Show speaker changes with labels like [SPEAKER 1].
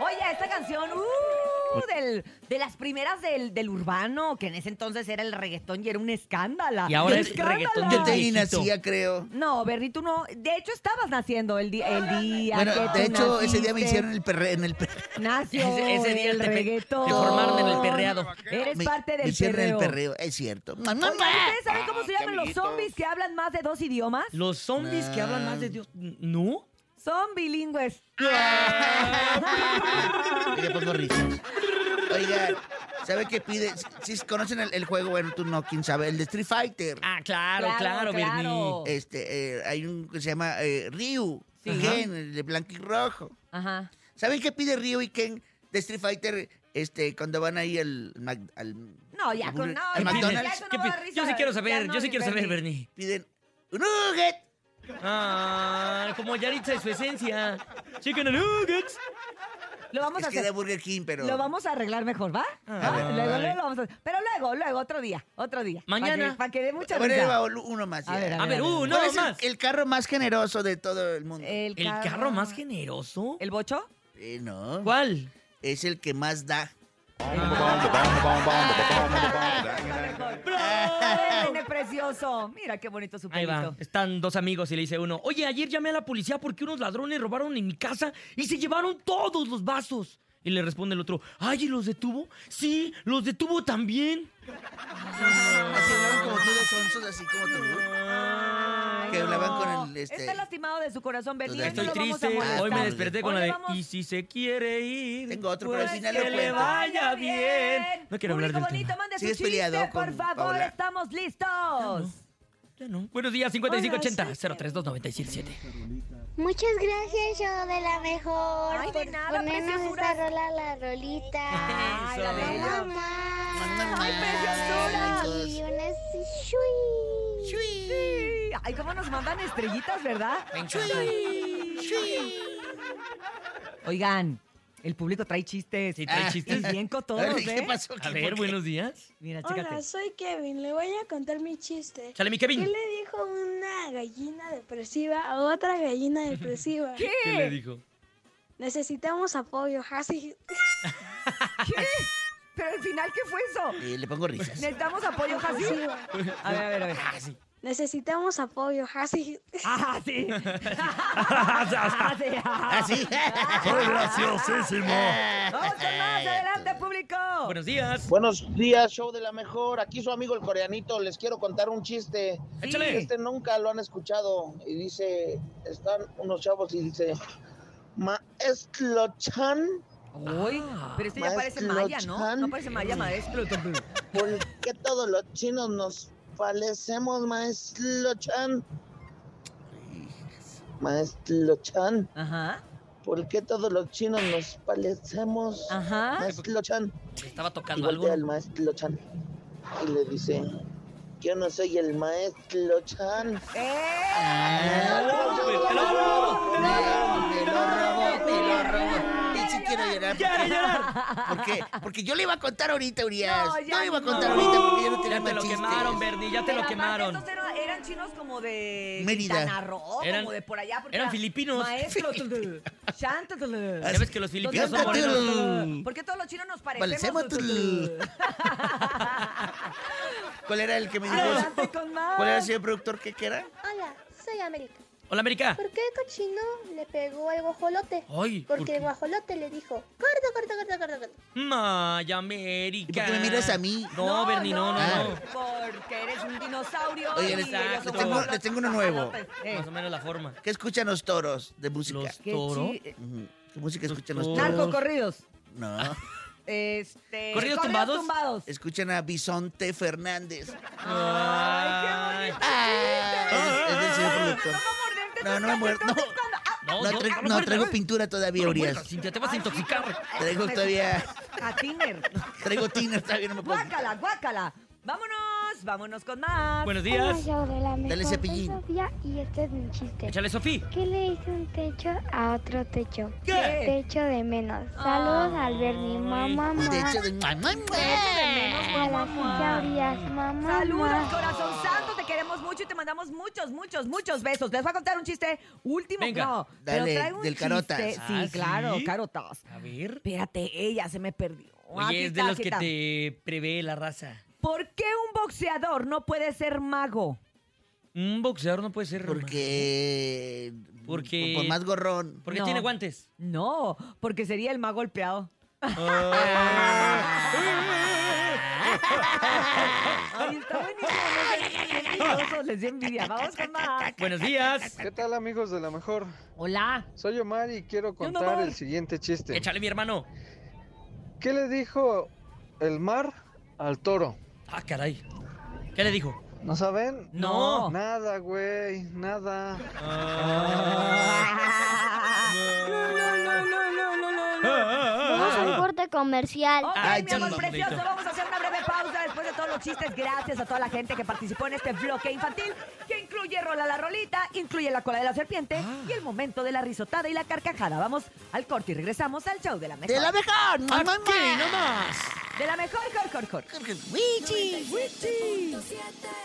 [SPEAKER 1] Oye, esta canción, uh, del- de las primeras del, del urbano, que en ese entonces era el reggaetón y era un escándalo.
[SPEAKER 2] Y ahora es
[SPEAKER 1] ¡Escándalo!
[SPEAKER 2] reggaetón de
[SPEAKER 3] Yo te
[SPEAKER 2] viejito.
[SPEAKER 3] nacía, creo.
[SPEAKER 1] No, Bernie, tú no. De hecho, estabas naciendo el, di- el día.
[SPEAKER 3] Bueno,
[SPEAKER 1] que
[SPEAKER 3] de
[SPEAKER 1] tú
[SPEAKER 3] hecho, ese día me
[SPEAKER 1] naciste.
[SPEAKER 3] hicieron el perre, en el perre-
[SPEAKER 1] Nació
[SPEAKER 2] Ese- ese día
[SPEAKER 1] el
[SPEAKER 2] te pe-
[SPEAKER 1] reggaetón.
[SPEAKER 2] te formaron en el perreado.
[SPEAKER 1] Eres
[SPEAKER 3] me-
[SPEAKER 1] parte
[SPEAKER 3] me
[SPEAKER 1] del
[SPEAKER 3] hicieron
[SPEAKER 1] perreo.
[SPEAKER 3] el perreo, es cierto. ¡Mua, mua,
[SPEAKER 1] Oigan,
[SPEAKER 3] mua!
[SPEAKER 1] ¿ustedes saben cómo se
[SPEAKER 4] Ah, qué
[SPEAKER 1] llaman los
[SPEAKER 4] amiguitos.
[SPEAKER 1] zombies que hablan más de dos idiomas?
[SPEAKER 2] Los zombies que hablan más de Dios. ¿No?
[SPEAKER 1] Son bilingües.
[SPEAKER 3] Y le pongo risas. Oigan, ¿sabe qué pide? Si si conocen el, el juego, bueno, tú no, quién sabe, el de Street Fighter.
[SPEAKER 2] Ah, claro,
[SPEAKER 1] Claro,
[SPEAKER 2] claro,
[SPEAKER 1] claro.
[SPEAKER 2] Bernie.
[SPEAKER 3] Este, eh, hay un que se llama eh,
[SPEAKER 1] oh.
[SPEAKER 3] Ryu,
[SPEAKER 1] Sí.
[SPEAKER 3] Ken, el de blanco y rojo.
[SPEAKER 1] Ajá.
[SPEAKER 3] ¿Saben qué pide Ryu y Ken de Street Fighter este, cuando van ahí al, Mac- al-
[SPEAKER 1] No, ya
[SPEAKER 3] al
[SPEAKER 1] con
[SPEAKER 3] burger-
[SPEAKER 1] no,
[SPEAKER 3] al
[SPEAKER 1] ya, ya,
[SPEAKER 3] McDonald's?
[SPEAKER 1] ya,
[SPEAKER 2] ¿Qué
[SPEAKER 1] no va a
[SPEAKER 2] pi-
[SPEAKER 1] dar
[SPEAKER 2] Yo sí
[SPEAKER 1] risa,
[SPEAKER 2] quiero
[SPEAKER 1] ya
[SPEAKER 2] saber,
[SPEAKER 1] no,
[SPEAKER 2] yo sí
[SPEAKER 1] ni
[SPEAKER 2] quiero saber,
[SPEAKER 1] Bernie.
[SPEAKER 2] Bernie.
[SPEAKER 3] Piden un nugget.
[SPEAKER 2] Ah, como Yaritza y su esencia. Chicken and nuggets.
[SPEAKER 1] Lo vamos
[SPEAKER 3] Es
[SPEAKER 1] a
[SPEAKER 3] que
[SPEAKER 1] hacer.
[SPEAKER 3] era Burger King, pero...
[SPEAKER 1] Lo vamos a arreglar mejor, ¿va?
[SPEAKER 2] Ah,
[SPEAKER 1] ¿Va?
[SPEAKER 2] vale.
[SPEAKER 1] Luego, luego lo vamos a Pero luego, luego, otro día, otro día.
[SPEAKER 2] Mañana.
[SPEAKER 1] Para que, dé mucha
[SPEAKER 3] Bueno, ahí
[SPEAKER 1] risa.
[SPEAKER 3] va uno más.
[SPEAKER 1] A
[SPEAKER 3] ya.
[SPEAKER 1] ver,
[SPEAKER 2] A ver,
[SPEAKER 1] ver.
[SPEAKER 2] uno
[SPEAKER 3] ¿Cuál es el-
[SPEAKER 2] más.
[SPEAKER 3] El, carro más generoso de todo el mundo?
[SPEAKER 2] ¿El carro más generoso?
[SPEAKER 1] ¿El bocho?
[SPEAKER 3] Eh, no.
[SPEAKER 2] ¿Cuál?
[SPEAKER 3] Es el que más da.
[SPEAKER 1] ¡Ay, nene precioso! Mira qué bonito su
[SPEAKER 2] Ahí
[SPEAKER 1] pelito.
[SPEAKER 2] va. Están dos amigos y le dice uno, oye, ayer llamé a la policía porque unos ladrones robaron en mi casa y se llevaron todos los vasos. Y le responde el otro, ay, ¿y los detuvo? Sí, los detuvo también.
[SPEAKER 3] Así hablaban como tú de sonsos, así como tú.
[SPEAKER 2] Ah.
[SPEAKER 1] Ay,
[SPEAKER 3] Que hablaban con el, este-
[SPEAKER 1] Está lastimado de su corazón, Bernie.
[SPEAKER 3] Los
[SPEAKER 1] no
[SPEAKER 3] de-
[SPEAKER 2] Estoy
[SPEAKER 1] lo vamos a
[SPEAKER 2] triste,
[SPEAKER 1] molestar.
[SPEAKER 2] hoy me
[SPEAKER 3] molestarle.
[SPEAKER 2] desperté con
[SPEAKER 1] Hoy
[SPEAKER 2] la
[SPEAKER 1] le
[SPEAKER 2] de,
[SPEAKER 1] vamos- pues,
[SPEAKER 2] y si se quiere ir,
[SPEAKER 3] Tengo otro, pero al
[SPEAKER 2] pues
[SPEAKER 3] final
[SPEAKER 2] que
[SPEAKER 3] lo
[SPEAKER 2] le
[SPEAKER 3] cuento.
[SPEAKER 2] vaya bien. No quiero hablar
[SPEAKER 1] Público
[SPEAKER 2] del
[SPEAKER 1] bonito,
[SPEAKER 2] tema.
[SPEAKER 1] mande su
[SPEAKER 3] Sigues
[SPEAKER 1] chiste,
[SPEAKER 3] peleado
[SPEAKER 1] por
[SPEAKER 3] con
[SPEAKER 1] favor,
[SPEAKER 3] Paola.
[SPEAKER 1] estamos listos.
[SPEAKER 2] Ya no. Buenos días,
[SPEAKER 1] Hola,
[SPEAKER 2] 5580
[SPEAKER 1] sí.
[SPEAKER 2] 032
[SPEAKER 5] Muchas gracias, yo de la mejor.
[SPEAKER 1] Ay, de
[SPEAKER 5] por
[SPEAKER 1] nada,
[SPEAKER 5] ponernos
[SPEAKER 1] preciosuras.
[SPEAKER 5] esta rola, la rolita.
[SPEAKER 1] Ay, la
[SPEAKER 2] Eso.
[SPEAKER 1] bella.
[SPEAKER 5] Mamá.
[SPEAKER 1] Ay, preciosura.
[SPEAKER 5] Y unas shui.
[SPEAKER 1] Sí. Ay, cómo nos mandan estrellitas, ¿verdad? Oigan, el público trae chistes.
[SPEAKER 2] Sí, trae
[SPEAKER 1] Y
[SPEAKER 2] chistes.
[SPEAKER 1] bien
[SPEAKER 3] A ver,
[SPEAKER 1] cotodos,
[SPEAKER 3] ¿Qué
[SPEAKER 1] ¿eh?
[SPEAKER 3] pasó? ¿Qué-
[SPEAKER 2] A ver,
[SPEAKER 3] por qué?
[SPEAKER 2] buenos días.
[SPEAKER 1] Mira,
[SPEAKER 6] Hola,
[SPEAKER 1] chécate.
[SPEAKER 6] soy Kevin. Le voy a contar mi chiste.
[SPEAKER 2] Chale, mi
[SPEAKER 6] ¿Qué
[SPEAKER 2] Kevin.
[SPEAKER 6] le dijo una gallina depresiva a otra gallina depresiva?
[SPEAKER 1] ¿Qué?
[SPEAKER 2] ¿Qué le dijo?
[SPEAKER 6] Necesitamos apoyo, así.
[SPEAKER 1] ¿Qué? Pero al final, ¿qué fue eso?
[SPEAKER 3] Eh, le pongo risas.
[SPEAKER 1] Necesitamos apoyo, Jassi.
[SPEAKER 6] Depresiva.
[SPEAKER 1] A ver, a ver, a ver.
[SPEAKER 6] Necesitamos apoyo, así.
[SPEAKER 1] ¡Ah, sí! ¡Ah, sí!
[SPEAKER 3] Así.
[SPEAKER 7] Soy graciosísimo.
[SPEAKER 1] ¡Vamos con
[SPEAKER 3] Eh,
[SPEAKER 1] más! ¡Adelante, público!
[SPEAKER 2] Buenos días.
[SPEAKER 8] Buenos días, show de la mejor. Aquí su amigo el coreanito. Les quiero contar un chiste.
[SPEAKER 2] Échale.
[SPEAKER 8] Este nunca lo han escuchado. Y dice, están unos chavos y dice, Maestro Chan,
[SPEAKER 1] Uy, pero este ya parece
[SPEAKER 8] Maestro
[SPEAKER 1] maya, ¿no?
[SPEAKER 8] Chan.
[SPEAKER 1] No parece maya, maestro.
[SPEAKER 8] ¿por qué todos los chinos nos parecemos, Maestro Chan? Maestro Chan,
[SPEAKER 1] Ajá,
[SPEAKER 8] ¿por qué todos los chinos nos parecemos?
[SPEAKER 1] ajá.
[SPEAKER 8] Maestro Chan.
[SPEAKER 2] Le estaba
[SPEAKER 8] Y
[SPEAKER 2] tocando algo.
[SPEAKER 8] voltea el maestro Chan y le dice, yo no soy el maestro Chan.
[SPEAKER 1] ¡Eh!
[SPEAKER 2] Oh, ¡Claro!
[SPEAKER 3] Te lo robó, te lo robó. Ya sí quiero llorar.
[SPEAKER 2] ¡Quiere llorar!
[SPEAKER 3] ¿Por qué? Porque yo le iba a contar ahorita, Urias.
[SPEAKER 1] No,
[SPEAKER 3] No,
[SPEAKER 1] ya
[SPEAKER 3] le iba a
[SPEAKER 1] no.
[SPEAKER 3] contar ahorita porque yo no tenía
[SPEAKER 2] Ya te
[SPEAKER 3] más
[SPEAKER 2] lo
[SPEAKER 3] chistes.
[SPEAKER 2] quemaron, Bernie, ya te
[SPEAKER 1] Pero
[SPEAKER 2] lo
[SPEAKER 1] aparte
[SPEAKER 2] quemaron.
[SPEAKER 1] estos eran, eran chinos como de
[SPEAKER 3] Mérida.
[SPEAKER 1] Quintana Roo,
[SPEAKER 2] Eran-
[SPEAKER 1] como de por allá. porque
[SPEAKER 2] eran
[SPEAKER 1] era
[SPEAKER 2] filipinos.
[SPEAKER 1] Maestro. Chanta.
[SPEAKER 2] Ya ves que los filipinos son
[SPEAKER 3] Cántate,
[SPEAKER 2] morenos.
[SPEAKER 3] Tulu.
[SPEAKER 1] ¿Por qué todos los chinos nos parecemos?
[SPEAKER 3] Parecemos, Tulu. ¿Cuál era el que me dijo?
[SPEAKER 1] Adelante con más.
[SPEAKER 3] ¿Cuál era el señor productor que qué era?
[SPEAKER 5] Hola, soy América.
[SPEAKER 2] Hola, América.
[SPEAKER 5] ¿Por qué el cochino le pegó al guajolote?
[SPEAKER 2] Ay, ¿por
[SPEAKER 5] Porque
[SPEAKER 2] qué?
[SPEAKER 5] el guajolote le dijo, corta, corta, corta, corta, corta.
[SPEAKER 2] Ay, América.
[SPEAKER 3] ¿Y por qué me miras a mí?
[SPEAKER 2] No, Bernie, no, no, no.
[SPEAKER 1] Porque eres un dinosaurio.
[SPEAKER 3] Ah. Oye,
[SPEAKER 1] y
[SPEAKER 3] les-
[SPEAKER 1] ellos
[SPEAKER 2] les
[SPEAKER 1] son
[SPEAKER 2] tengo-
[SPEAKER 1] como los
[SPEAKER 3] les tengo uno nuevo.
[SPEAKER 1] Eh,
[SPEAKER 2] Más o menos la forma.
[SPEAKER 3] ¿Qué escuchan los toros de música?
[SPEAKER 2] Los
[SPEAKER 1] qué
[SPEAKER 2] toro.
[SPEAKER 1] chi-
[SPEAKER 3] Ujú. ¿Qué música
[SPEAKER 2] Los
[SPEAKER 3] escuchan los
[SPEAKER 2] toros.
[SPEAKER 3] toros?
[SPEAKER 1] Narcocorridos.
[SPEAKER 3] No.
[SPEAKER 1] Este,
[SPEAKER 2] ¿Corridos tumbados?
[SPEAKER 1] tumbados.
[SPEAKER 3] Escuchan a Bisonte Fernández.
[SPEAKER 1] Ay, qué bonito.
[SPEAKER 3] Ah, es, es del señor
[SPEAKER 1] Ay, me
[SPEAKER 3] productor.
[SPEAKER 1] tocó morderte
[SPEAKER 3] No,
[SPEAKER 1] tus
[SPEAKER 3] no me muer-
[SPEAKER 1] cachetotes
[SPEAKER 3] no.
[SPEAKER 1] cuando- ah,
[SPEAKER 2] No,
[SPEAKER 3] No,
[SPEAKER 2] no,
[SPEAKER 3] tra-
[SPEAKER 2] no lo
[SPEAKER 3] no
[SPEAKER 2] muerdas.
[SPEAKER 3] traigo pintura todavía,
[SPEAKER 2] No lo
[SPEAKER 3] Urias.
[SPEAKER 2] muerdas, Cintia, te vas a intoxicar.
[SPEAKER 3] Traigo
[SPEAKER 1] Me-
[SPEAKER 3] todavía.
[SPEAKER 1] A Tiner.
[SPEAKER 3] Traigo tiner todavía, no me puedo.
[SPEAKER 1] Guácala, guácala. Vámonos, vámonos con más.
[SPEAKER 2] Buenos
[SPEAKER 5] Hola,
[SPEAKER 2] días.
[SPEAKER 5] yo de la mejor.
[SPEAKER 3] Dale
[SPEAKER 5] soy
[SPEAKER 3] cepillín.
[SPEAKER 5] Sofía y este es mi chiste.
[SPEAKER 2] Échale, Sofía.
[SPEAKER 5] ¿Qué le dice un techo a otro techo?
[SPEAKER 1] ¿Qué?
[SPEAKER 5] Techo de menos. Saludos al Bernie, mamá, mamá.
[SPEAKER 3] De hecho, de mamá, mamá.
[SPEAKER 5] A la silla Urias, mamá.
[SPEAKER 1] Saludos,
[SPEAKER 5] mamá.
[SPEAKER 1] corazón santo, te queremos queremos mucho y te mandamos muchos, muchos, muchos besos. Les voy a contar un chiste último.
[SPEAKER 2] Venga.
[SPEAKER 1] no,
[SPEAKER 3] Dale,
[SPEAKER 1] pero traigo un
[SPEAKER 3] del
[SPEAKER 1] chiste.
[SPEAKER 3] Carotas.
[SPEAKER 1] Sí,
[SPEAKER 2] Ah, ¿sí?
[SPEAKER 1] claro, carotas.
[SPEAKER 2] A ver.
[SPEAKER 1] Espérate, ella se me perdió. Oh, Aquí
[SPEAKER 2] Oye, es de
[SPEAKER 1] está,
[SPEAKER 2] los
[SPEAKER 1] aquí
[SPEAKER 2] que
[SPEAKER 1] está.
[SPEAKER 2] te prevé la raza.
[SPEAKER 1] ¿Por qué un boxeador no puede ser mago?
[SPEAKER 2] Un boxeador no puede ser.
[SPEAKER 3] Porque.
[SPEAKER 2] Porque-
[SPEAKER 3] Por más gorrón.
[SPEAKER 2] Porque
[SPEAKER 1] No.
[SPEAKER 2] tiene guantes.
[SPEAKER 1] No, porque sería el más golpeado.
[SPEAKER 2] Oh.
[SPEAKER 1] Ay, está buenísimo. no sé, qué envidioso, Les dio envidia. Vamos con más.
[SPEAKER 2] Buenos días.
[SPEAKER 4] ¿Qué tal amigos de la mejor?
[SPEAKER 1] Hola.
[SPEAKER 4] Soy Omar y quiero
[SPEAKER 1] Yo no
[SPEAKER 4] contar
[SPEAKER 1] voy.
[SPEAKER 4] el siguiente chiste.
[SPEAKER 2] Échale, mi hermano.
[SPEAKER 4] ¿Qué le dijo el mar al toro?
[SPEAKER 2] Ah, caray. ¿Qué le dijo?
[SPEAKER 4] ¿No saben?
[SPEAKER 1] No.
[SPEAKER 4] Nada, güey, nada.
[SPEAKER 5] Vamos a un corte comercial.
[SPEAKER 1] Ok,
[SPEAKER 3] Ay,
[SPEAKER 1] mi amor
[SPEAKER 3] sí.
[SPEAKER 1] precioso, vamos a hacer una breve pausa después de todos los chistes. Gracias a toda la gente que participó en este bloque infantil, que incluye Rola la Rolita, incluye la cola de la serpiente y el momento de la risotada y la carcajada. Vamos al corte y regresamos al show de la mejor.
[SPEAKER 3] ¡De la mejor! ¡Mamá!
[SPEAKER 1] De la mejor, cor, cor, cor.
[SPEAKER 3] ¡Wichi!